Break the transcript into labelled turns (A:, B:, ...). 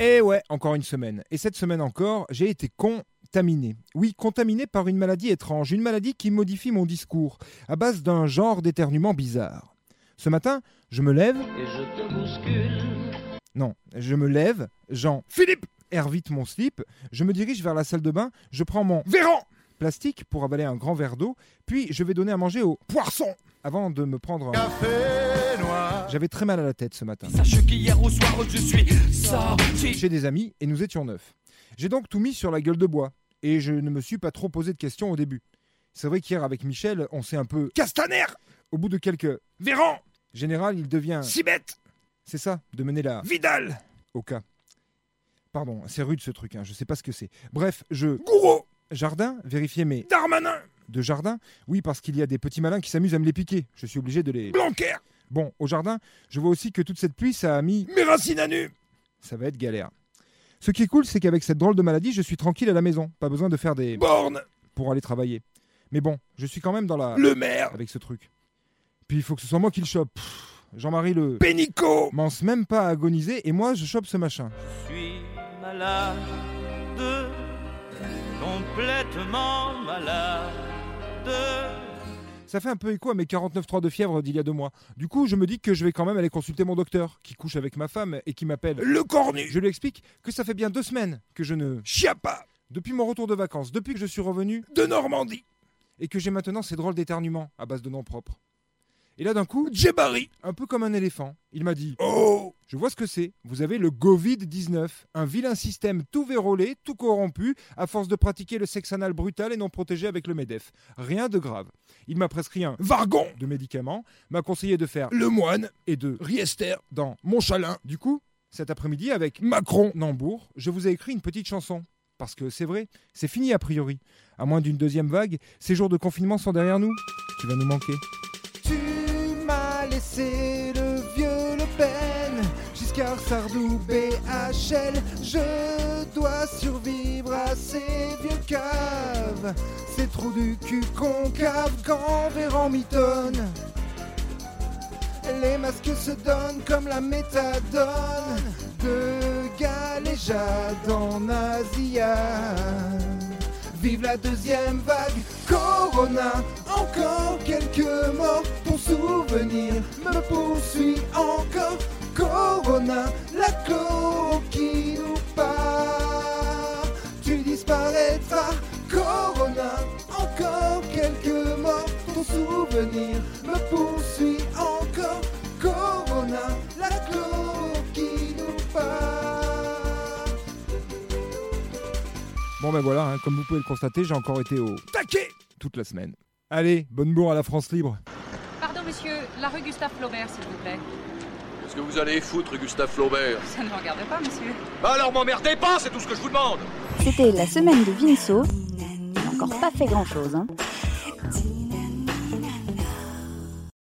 A: Et Eh ouais, encore une semaine. Et cette semaine encore, j'ai été contaminé. Oui, contaminé par une maladie étrange, une maladie qui modifie mon discours, à base d'un genre d'éternuement bizarre. Ce matin, je me lève.
B: Et E je te bouscule.
A: Non, je me lève, Jean Philippe erre vite mon slip, je me dirige vers la salle de bain, je prends mon verran plastique pour avaler un grand verre d'eau, puis je vais donner à manger au poisson avant de me prendre un.
C: Café noir.
A: J'avais très mal à la tête ce matin.
B: Sache qu'hier au soir, je suis sorti.
A: chez des amis et nous étions neuf. J'ai donc tout mis sur la gueule de bois et je ne me suis pas trop posé de questions au début. C'est vrai qu'hier avec Michel, on s'est un peu castaner au bout de quelques
C: Véran.
A: général, il devient
C: Sibette.
A: c'est ça de mener la
C: Vidal.
A: au cas. Pardon, c'est rude ce truc, hein, je sais pas ce que c'est. Bref, je
C: Gouraud.
A: jardin, vérifier mes
C: Darmanin.
A: de jardin. Oui, parce qu'il y a des petits malins qui s'amusent à me les piquer. Je suis obligé de les.
C: Blanquer.
A: Bon, au jardin, je vois aussi que toute cette pluie, ça a mis
C: Méracinanu.
A: ça va être galère. Ce qui est cool, c'est qu'avec cette drôle de maladie, je suis tranquille à la maison. Pas besoin de faire des
C: Borne.
A: pour aller travailler. Mais bon, je suis quand même dans la
C: Le Maire.
A: avec ce truc. Puis il faut que ce soit moi qui le chope. Pff, Jean-Marie le
C: Pénicaud.
A: m'ence même pas à agoniser et moi je chope ce machin.
B: Je suis malade, complètement malade.
A: Ça fait un peu écho à mes 49.3 de fièvre d'il y a deux mois. Du coup, je me dis que je vais quand même aller consulter mon docteur, qui couche avec ma femme et qui m'appelle.
C: Le Cornu.
A: Je lui explique que ça fait bien deux semaines que je ne...
C: Chiappa.
A: Depuis mon retour de vacances, depuis que je suis revenu,
C: De Normandie.
A: et que j'ai maintenant ces drôles d'éternuements à base de noms propres. Et là d'un coup,
C: Djebari.
A: un peu comme un éléphant, il m'a dit
C: Oh.
A: Je vois ce que c'est. Vous avez le Covid-19, un vilain système tout vérolé, tout corrompu, à force de pratiquer le sexe anal brutal et non protégé avec le MEDEF. Rien de grave. Il m'a prescrit un
C: Vargon.
A: de médicaments, m'a conseillé de faire
C: Le Moine.
A: et de
C: Riester.
A: dans.
C: Montchalin.
A: Du coup, cet après-midi, avec
C: Macron.
A: Nambour, je vous ai écrit une petite chanson. Parce que c'est vrai, c'est fini a priori. À moins d'une deuxième vague, ces jours de confinement sont derrière nous. Tu vas nous manquer. Tu m'as laissé le vieux Le Pen, Giscard, Sardou, BHL. Je dois survivre à ces vieux caves, ces trous du cul concaves quand Véran mitonne. Les masques se donnent comme la méthadone de Galéjade en Asia. Vive la deuxième vague, Corona, encore quelques morts. Ton souvenir me poursuit encore. Corona, la cloque qui nous part. Tu disparaîtras, Corona, encore quelques morts. Ton souvenir me poursuit encore. Corona, la cloque qui nous part. Bon ben voilà, hein, comme vous pouvez le constater, j'ai encore été au
C: Taquet.
A: toute la semaine. Allez, bonne bourre à la France libre.
D: Pardon, monsieur, la rue Gustave Flaubert, s'il vous plaît.
E: Qu'est-ce que vous allez foutre, Gustave Flaubert
D: Ça ne me regarde pas, monsieur.
E: Bah alors m'emmerdez pas, c'est tout ce que je vous demande
F: C'était la semaine de Vinceau. Il n'a encore pas fait grand chose, hein.